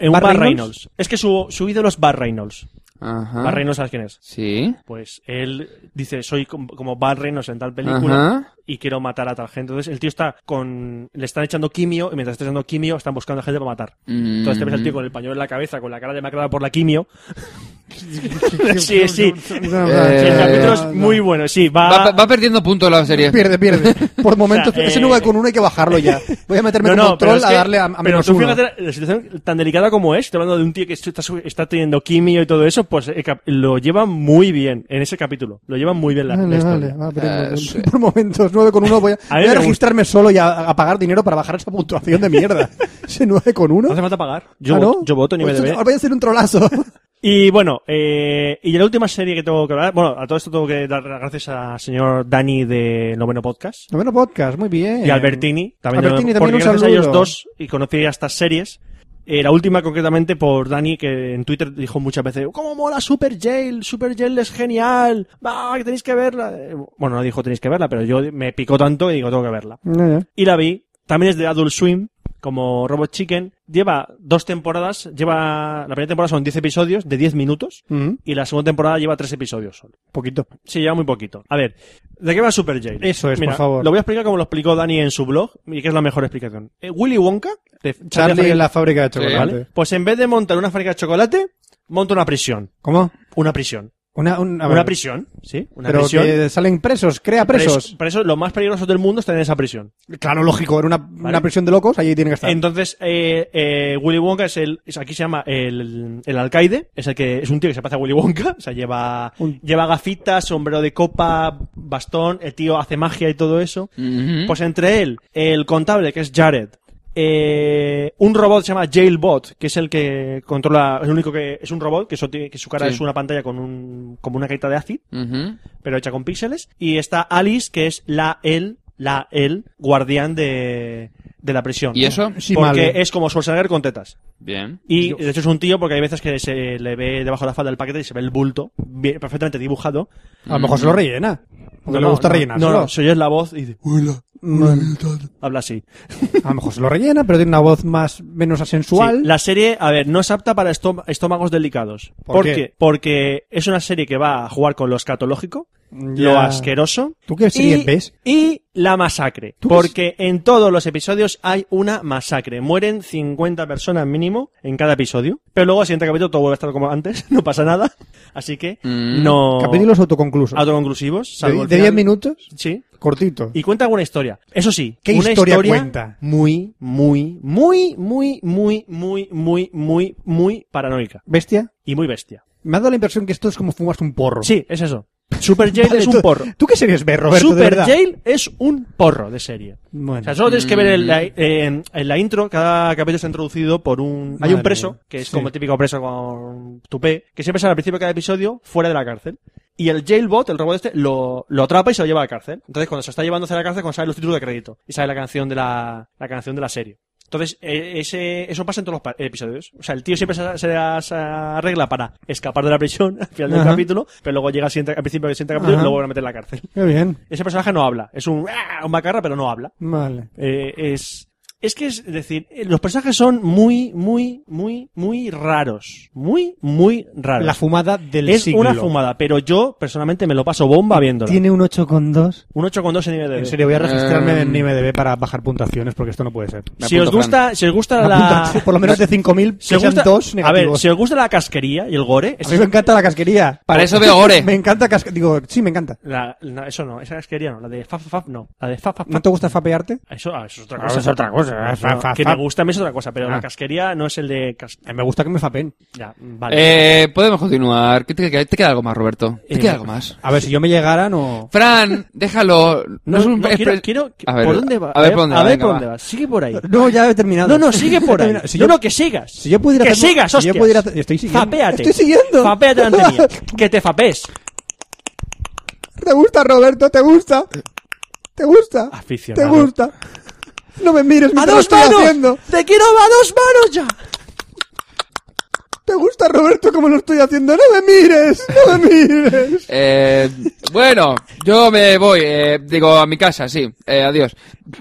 B: En un
C: ¿Bar
B: Bar
C: Reynolds?
B: Reynolds. Es que su, su ídolo es Bar Reynolds.
D: Ajá.
B: Bar Reynolds, ¿sabes quién es?
D: Sí.
B: Pues él dice, soy com- como Bar Reynolds en tal película
D: Ajá.
B: y quiero matar a tal gente. Entonces el tío está con... Le están echando quimio y mientras está echando quimio están buscando a gente para matar. Entonces te ves al tío con este el pañuelo en la cabeza, con la cara demacrada por la quimio. sí, sí. el
D: Eh,
B: capítulo es muy bueno. Sí,
D: Mm. Va, va perdiendo puntos la serie.
C: Pierde, pierde. Por momentos,
B: O sea,
C: ese
B: eh,
C: nube con uno hay que bajarlo ya. Voy a meterme
B: No,
C: con
B: no, pero
C: control
B: es
C: a
B: que-
C: darle a, a
B: pero
C: menos
B: tú
C: uno.
B: fíjate la situación tan delicada como es, estoy hablando de un tío que está, su- está teniendo quimio y todo eso, pues eh, cap- lo lleva muy bien en ese capítulo. Lo lleva muy bien la, la
C: Vale,
B: historia.
C: vale, va perdiendo.
D: Eh, sí.
C: Por momentos, 9 con uno voy a,
B: A mí
C: voy a
B: me
C: registrarme solo y a, a pagar dinero para bajar esa puntuación de mierda. Ese 9 con
B: No
C: 1.
B: hace falta pagar. Yo,
C: ¿Ah,
B: voto-
C: no?
B: yo voto en
C: Pues
B: IMDb.
C: esto- ahora voy a hacer un trolazo.
B: Y bueno, eh, y la última serie que tengo que hablar, bueno, a todo esto tengo que dar las gracias al señor Dani de Noveno Podcast.
C: Noveno podcast, muy bien.
B: y Albertini. También,
C: Eh, Albertini,
B: porque
C: también un
B: gracias a
C: saludo.
B: ellos dos y conocí estas series. Eh, la última concretamente por Dani, que en Twitter dijo muchas veces, ¿cómo mola Super Jail? Super Jail es genial. Va, que tenéis que verla. Eh, Bueno, no dijo tenéis que verla, pero yo me picó tanto que digo, tengo que verla.
C: Ya, ya.
B: Y la vi. También es de Adult Swim, como Robot Chicken. Lleva dos temporadas. Lleva, la primera temporada son 10 episodios de 10 minutos.
C: Mm,
B: Y la segunda temporada lleva tres episodios solo.
C: poquito.
B: Sí, lleva muy poquito. A ver, ¿de qué va Super Jail?
C: Eso es,
B: Mira,
C: por favor.
B: Lo voy a explicar como lo explicó Dani en su blog, y que es la mejor explicación. Eh, Willy Wonka, de Charlie
C: Charlie
B: Fry-
C: en la fábrica de chocolate.
B: ¿vale? Pues en vez de montar una fábrica de chocolate, monta una prisión.
C: ¿Cómo?
B: Una prisión.
C: Una, un- a
B: Una
C: ver,
B: prisión, ¿sí? Una
C: pero
B: prisión.
C: que salen presos, crea presos.
B: Pres- presos, los más peligrosos del mundo están en esa prisión.
C: Claro, lógico, era una, una prisión de locos, allí tiene que estar.
B: Entonces, eh, eh, Willy Wonka es el, es- aquí se llama el, el alcaide, es el que, es un tío que se parece a Willy Wonka, o sea, lleva,
C: Un-
B: lleva gafitas, sombrero de copa, bastón, el tío hace magia y todo eso.
D: Ujú.
B: Pues entre él, el contable, que es Jared, eh, un robot se llama Jailbot, que es el que controla, es el único que es un robot, que, eso tiene- que su cara
D: Sí.
B: es una pantalla con un, como una carita de ácido,
D: Ujú.
B: pero hecha con píxeles. Y está Alice, que es la, el, la, el guardián de, de la prisión.
D: ¿Y eso?
C: Sí,
B: Porque
C: vale.
B: es como Schwarzenegger con tetas.
D: Bien.
B: Y
C: Dios.
B: de hecho es un tío porque hay veces que se le ve debajo de la falda el paquete y se ve el bulto, bien- perfectamente dibujado.
C: A lo mejor se lo rellena. Porque le gusta rellenar.
B: No, no, se oye la voz y dice, "Hola, habla así.
C: A lo mejor se lo rellena, pero tiene una voz más menos asensual.
B: Sí, la serie, a ver, no es apta para estoma- estómagos delicados.
C: ¿Por qué?
B: qué? Porque es una serie que va a jugar con lo escatológico,
C: Ya.
B: lo asqueroso.
C: ¿Tú qué serie
B: y,
C: ves?
B: Y la masacre.
C: ¿Tú
B: Porque en todos los episodios hay una masacre. Mueren 50 personas mínimo en cada episodio. Pero luego al siguiente capítulo todo vuelve a estar como antes. No pasa nada. Así que
D: Mm.
B: no...
C: Capítulos autoconclusos.
B: autoconclusivos.
C: de
B: salvo el
C: de 10
B: final.
C: minutos,
B: Sí.
C: cortito.
B: Y cuenta alguna historia. Eso sí,
C: ¿Qué
B: una
C: historia cuenta?
B: muy, muy, muy, muy, muy, muy, muy, muy, muy paranoica.
C: ¿Bestia?
B: Y muy bestia.
C: Me ha dado la impresión que esto es como fumas un porro.
B: Sí, es eso. Super Jail
C: Vale,
B: es
C: tú-
B: un porro.
C: ¿Tú qué series ves, Roberto? de
B: Super
C: verdad?
B: Jail es un porro de serie.
C: Bueno.
B: O sea, solo tienes que ver en la, eh, en- en la intro, cada capítulo está introducido por un... hay
C: Madre
B: un preso,
C: mía.
B: que es
C: Sí.
B: como el típico preso con tupé, que siempre sale al principio de cada episodio fuera de la cárcel. Y el jailbot, el robot este, lo, lo atrapa y se lo lleva a la cárcel. Entonces, cuando se está llevando hacia la cárcel, cuando sale los títulos de crédito. Y sale la canción de la, la canción de la serie. Entonces, eh, ese, eso pasa en todos los pa- episodios. O sea, el tío siempre se, se as- arregla para escapar de la prisión al final del
C: Ajá.
B: capítulo, pero luego llega al, siguiente- al principio del siguiente capítulo
C: Ajá.
B: y luego van a meter en la cárcel.
C: Qué bien.
B: Ese personaje no habla. Es un, "Ah", un macarra, pero no habla.
C: Vale.
B: Eh, es, es que es decir, eh, los personajes son muy, muy, muy, muy raros. Muy, muy raros.
C: La fumada del
B: es
C: siglo.
B: una fumada, pero yo personalmente me lo paso bomba viéndolo.
C: Tiene un 8,2.
B: Un 8,2 en nivel de
C: En serio, voy a registrarme
D: Eh,
C: en IMDB para bajar puntuaciones porque esto no puede ser.
D: Me
B: Si os
D: apunto,
B: gusta, si os gusta
C: Apunta,
B: la...
C: por lo menos de 5.000,
B: Si
C: que
B: os
C: sean
B: gusta,
C: dos
B: a
C: negativos.
B: ver, si os gusta la casquería y el gore,
C: A
B: esa
C: mí me encanta la casquería.
D: Para eso veo gore.
C: me encanta casquería. Digo, sí, me encanta.
B: la- la- eso no, esa casquería no, la de faf, faf, no, la de faf, faf,
C: ¿No
B: faf.
C: te gusta fapearte?
B: Eso, ah, eso es otra
C: Ah,
B: cosa.
C: es otra cosa, eh,
B: Eso
C: faf, faf,
B: que
C: faf.
B: me gusta a mí es otra cosa, pero
C: Ah.
B: la casquería no es el de cas-
C: Eh, Me gusta que me fapen.
B: Ya, vale.
D: Eh, podemos continuar. ¿Qué te, queda? ¿Te queda algo más, Roberto? ¿Te
B: Eh,
D: queda algo más?
C: A ver, si yo me llegara, no.
D: Fran, déjalo.
B: No,
D: es un-
B: no,
D: es
B: quiero,
D: pre-
B: quiero-
D: A ver,
B: ¿por dónde va?
D: A ver por dónde va. venga,
B: dónde
D: va.
B: va. Sigue por ahí.
C: No, ya he terminado.
B: No, no, sigue por ahí.
C: Si
B: yo,
C: yo-
B: no, que sigas.
C: Si yo pudiera
B: que
C: hacer-
B: sigas,
C: si yo
B: hostias.
C: pudiera hacer- estoy siguiendo.
B: Fapéate.
C: Estoy siguiendo.
B: Fapéate delante mía. Que te fapes.
C: ¿Te gusta, Roberto? ¿Te gusta? ¿Te gusta?
B: Aficionado.
C: ¿Te gusta? No me mires,
B: ¡A
C: mientras lo
B: dos
C: estoy
B: manos!
C: haciendo.
B: ¡Te quiero a dos manos ya!
C: ¿Te gusta, Roberto, como lo estoy haciendo? ¡No me mires! ¡No me mires!
D: Eh, bueno, yo me voy. eh, digo, a mi casa, sí. Eh, adiós.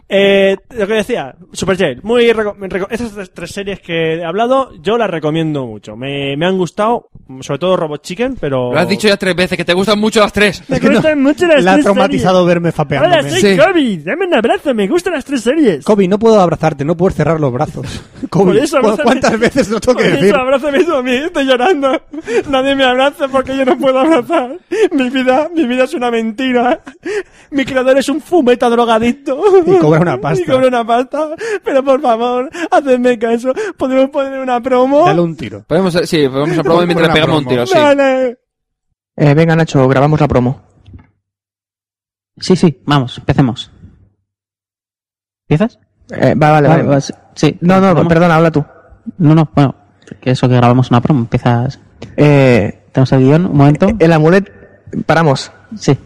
B: Eh, lo que decía, Super Jail. Muy reco- reco- Estas tres, tres series que he hablado, yo las recomiendo mucho. Me, me han gustado, sobre todo Robot Chicken, pero.
D: Lo has dicho ya tres veces, que te gustan mucho las tres.
B: Me gustan mucho las
C: La ha
B: tres
C: traumatizado verme
B: series. Hola,
C: fapeándome.
B: soy
D: Sí.
B: Kobe. Dame un abrazo, me gustan las tres series.
C: Kobe, no puedo abrazarte, no puedes cerrar los brazos. Kobe,
B: Por eso
C: ¿cu-
B: abrázame.
C: ¿cuántas veces lo tengo que
B: Por eso,
C: decir?
B: abrázame tú a mí, estoy llorando. Nadie me abraza porque yo no puedo abrazar. Mi vida, mi vida es una mentira. Mi creador es un fumeta drogadicto.
C: Y cobra una pasta.
B: Y cobra una pasta. Pero por favor, hacedme caso. ¿Podemos poner una promo?
C: Dale un tiro.
D: Podemos, eh, sí, podemos a
C: Vamos
D: probar mientras
C: por una
D: le pegamos
C: promo.
D: un tiro, sí.
B: Dale.
E: Eh, venga, Nacho, grabamos la promo. Sí, sí, vamos, empecemos. ¿Empiezas? Eh, va, vale, vale,
F: Vale.
E: vas- Sí, no, no,
F: Vamos.
E: perdona, habla tú.
F: No, no, bueno, que eso que grabamos una promo, empiezas.
E: Eh,
F: ¿Tenemos el guión? Un momento.
E: el amuleto. Paramos.
F: Sí.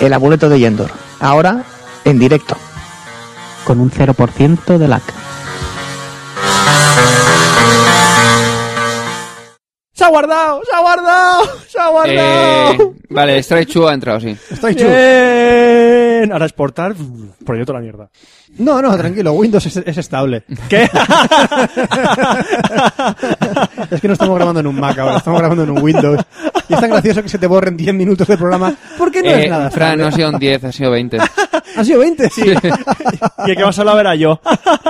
E: El amuleto de Yendor. Ahora, en directo.
F: Con un 0% de lag.
B: Se ha guardado, se ha guardado, se ha
D: Eh,
B: guardado.
D: vale, Strike Chu ha entrado, sí.
C: Estoy chulo.
B: Bien. Ahora exportar, proyecto la mierda.
C: No, no, tranquilo, Windows es, es estable.
B: ¿Qué?
C: Es que no estamos grabando en un Mac ahora, estamos grabando en un Windows. Y es tan gracioso que se te borren 10 minutos de programa. ¿Por qué no
D: Eh,
C: es nada?
D: Fran,
C: estable?
D: no ha sido un 10, ha sido 20.
C: ¿Ha sido 20? Sí.
B: y el que más hablaba era yo.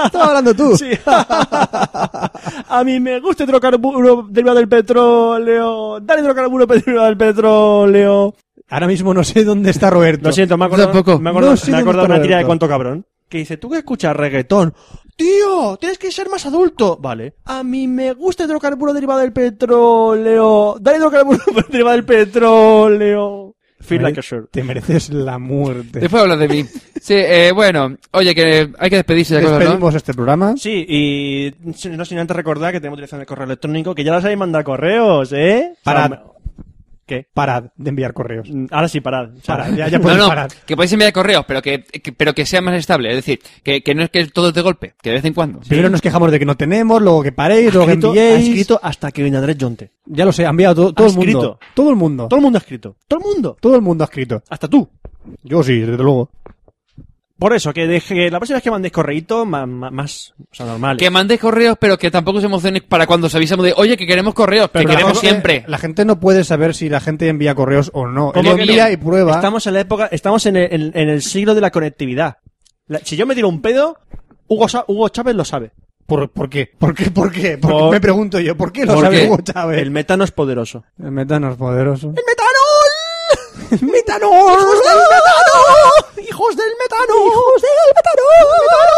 C: Estaba hablando tú.
B: Sí. a mí me gusta hidrocarburo derivado del petróleo. Dale hidrocarburo derivado del petróleo.
C: Ahora mismo no sé dónde está Roberto.
B: Lo siento, me ha
D: Yo tampoco.
B: acordado, me ha acordado,
C: No sé
B: me ha
C: dónde
B: acordado
C: está
B: una tira de
C: Roberto.
B: cuánto cabrón. Que dice, tú que escuchas reggaetón. Tío, tienes que ser más adulto. Vale. A mí me gusta hidrocarburo derivado del petróleo. Dale hidrocarburo derivado del petróleo. Feel like a shirt.
C: Te mereces la muerte.
D: Después hablas de mí. Sí, eh, bueno, oye, que hay que despedirse de cosas, ¿no?
C: Despedimos este programa.
B: Sí, y no sin antes recordar que tenemos dirección de correo electrónico, que ya las habéis mandado correos, ¿eh?
C: Parad.
B: O sea, ¿Qué?
C: Parad de enviar correos.
B: Mm, Ahora sí, parad. O sea,
C: Parad, ya,
B: ya-
C: ya
D: No,
C: puedes
D: no,
C: parar.
D: que podéis enviar correos, pero que, que- pero que sea más estable. Es decir, que, que no es que todo es de golpe, que de vez en cuando.
C: Primero nos quejamos de que no tenemos, luego que paréis, luego
B: ha
C: que
B: escrito, ha
C: enviéis.
B: escrito hasta que viene Andrés Jonte.
C: Ya lo sé, ha enviado todo, todo
B: Ha
C: el mundo.
B: escrito.
C: Todo el mundo.
B: Todo el mundo ha escrito. Todo el mundo.
C: Todo el mundo ha escrito.
B: Hasta tú.
C: Yo sí, desde luego.
B: Por eso, que, deje, que la próxima vez que mandéis correíto, ma- ma- más, o sea, normal.
D: Que mandéis correos, pero que tampoco os emocionéis para cuando os avisamos de, oye, que queremos correos, que
C: la
D: queremos
C: gente-
D: siempre.
C: eh, La gente no puede saber si la gente envía correos o no. Él
B: ¿Cómo que
C: envía
B: no?
C: y prueba.
B: Estamos en la época, estamos en el, en- en el siglo de la conectividad. La- si yo me tiro un pedo, Hugo, Sa- Hugo Chávez lo sabe.
C: ¿Por, por qué? ¿Por qué? ¿Por qué? ¿Por
B: Por-
C: qué? Me pregunto yo. ¿Por qué lo
D: ¿Por
C: sabe
D: qué?
C: Hugo Chávez?
B: El metano es poderoso.
C: El metano es poderoso.
B: ¡Metanol!
C: ¡El metano! ¡Hijos del metano! ¡Hijos del metano! ¡Hijos del metano!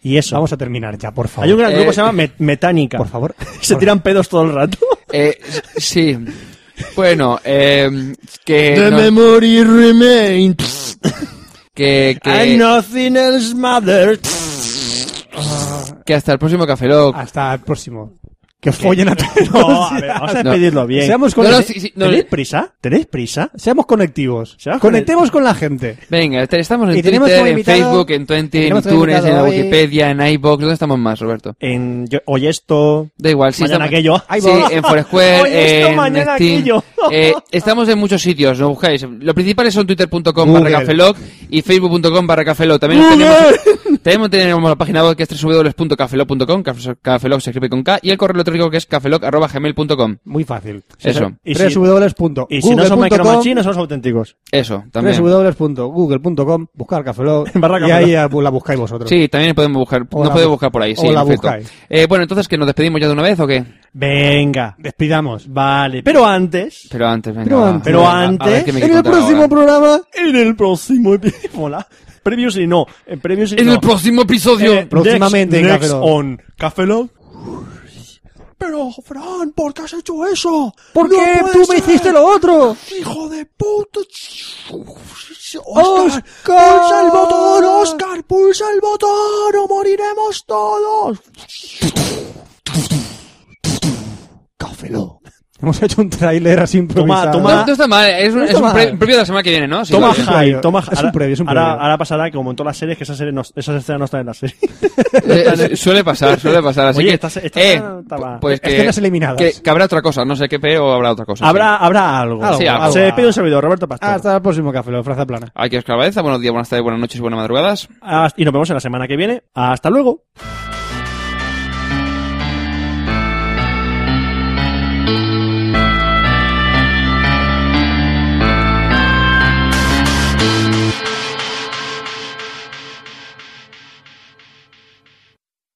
B: Y eso.
C: Vamos a terminar ya, por favor.
B: Hay un gran
D: Eh,
B: grupo que se llama Met- Metánica.
C: Por favor.
B: Se
C: Por-
B: tiran pedos todo el rato.
D: Eh, sí. Bueno, eh, que, no-
B: memory remains.
D: que, que,
B: And nothing else matters.
D: que hasta el próximo Café Lock.
C: Hasta el próximo. Que os follen a todos.
B: No, a ver, vamos a
D: No.
B: despedirlo bien.
C: Seamos,
D: No,
C: con-
D: no, sí, sí, no,
C: eh.
B: ¿Tenéis prisa? ¿Tenéis prisa?
C: seamos conectivos.
B: Seamos
C: Conectemos con la gente.
D: Venga, te- estamos
C: Y
D: en
C: tenemos
D: Twitter,
C: como
D: en
C: invitado-
D: Facebook, en Twenty, en
C: tenemos como
D: iTunes, en la
C: invitado hoy-
D: Wikipedia, en iBox. ¿Dónde estamos más, Roberto?
B: En yo- hoy esto,
D: Da igual, sí,
B: mañana
D: estamos-
B: aquello.
D: Sí, en Foursquare,
B: Hoy esto,
D: en
B: mañana
D: Steam.
B: aquello.
D: Eh, estamos en muchos sitios, no buscáis. Lo principal son twitter.com
C: Google.
D: barra cafeloc y facebook.com barra cafeloc. También tenemos, también tenemos la página web que es www.cafeloc.com, caf- cafeloc se escribe con K, y el correo electrónico que es cafeloc arroba gmail punto com.
C: Muy fácil.
D: Eso,
B: Y si- Y si no somos micromachines,
C: www.google.com
B: no somos auténticos.
D: eso, también.
C: www.google.com Buscar Café Lock,
B: Barra
C: Y
B: Café
C: ahí eh, la buscáis vosotros.
D: Sí, también podemos buscar,
C: O
D: no
C: la
D: podemos
C: bu-
D: buscar por ahí,
C: o
D: sí, en
C: la
D: efecto.
C: buscáis.
D: Eh, bueno, entonces que nos despedimos ya de una vez o qué?
B: Venga.
C: Despidamos.
B: Vale, pero antes,
D: Pero antes, venga.
C: Pero
D: va.
C: antes-
B: Pero
D: A- a ver
B: antes-
D: qué me
C: En el
D: contar
C: próximo
D: ahora.
C: programa.
B: en el próximo episodio. Mola. Previously no, en previously
D: En
B: no.
D: el próximo episodio.
B: Eh,
C: Próximamente en
B: next,
C: Café
B: next
C: Lock.
B: on Café Lock. Pero, Fran, ¿por qué has hecho eso?
C: ¿Por
B: No
C: qué
B: puede
C: tú me
B: ser.
C: hiciste lo otro?
B: ¡Hijo de puta! ¡Oscar!
C: ¡Oscar!
B: ¡Pulsa el botón, Oscar! ¡Pulsa el botón o moriremos todos!
C: Hemos hecho un tráiler así improvisado.
B: toma.
D: No, no está mal, es un,
C: No
D: es
C: está
D: un pre-
C: mal.
D: previo de la semana que viene, ¿no? Sí,
B: Toma
D: vale.
C: ja-
B: high,
C: previo.
B: toma
C: Es un previo, es un
B: ahora,
C: previo.
B: ahora pasará como en todas las series que esas, series no- esas escenas no están en la serie.
D: Eh, suele pasar, suele pasar. Así
B: Oye,
D: que,
B: esta se- esta semana está mal.
D: pues que,
C: Escenas eliminadas.
D: Que, que habrá otra cosa, no sé qué pe o habrá otra cosa.
B: habrá, habrá algo.
C: Algo,
D: Sí, algo.
B: Se despide un servidor, Roberto Pastor.
C: Ah, Hasta el próximo Café Lock, Fraza Plana.
D: sí. Aquí os Buenos días, buenos tardes, buenas noches y buenas madrugadas.
B: Hasta- y nos vemos en la semana que viene. Hasta luego.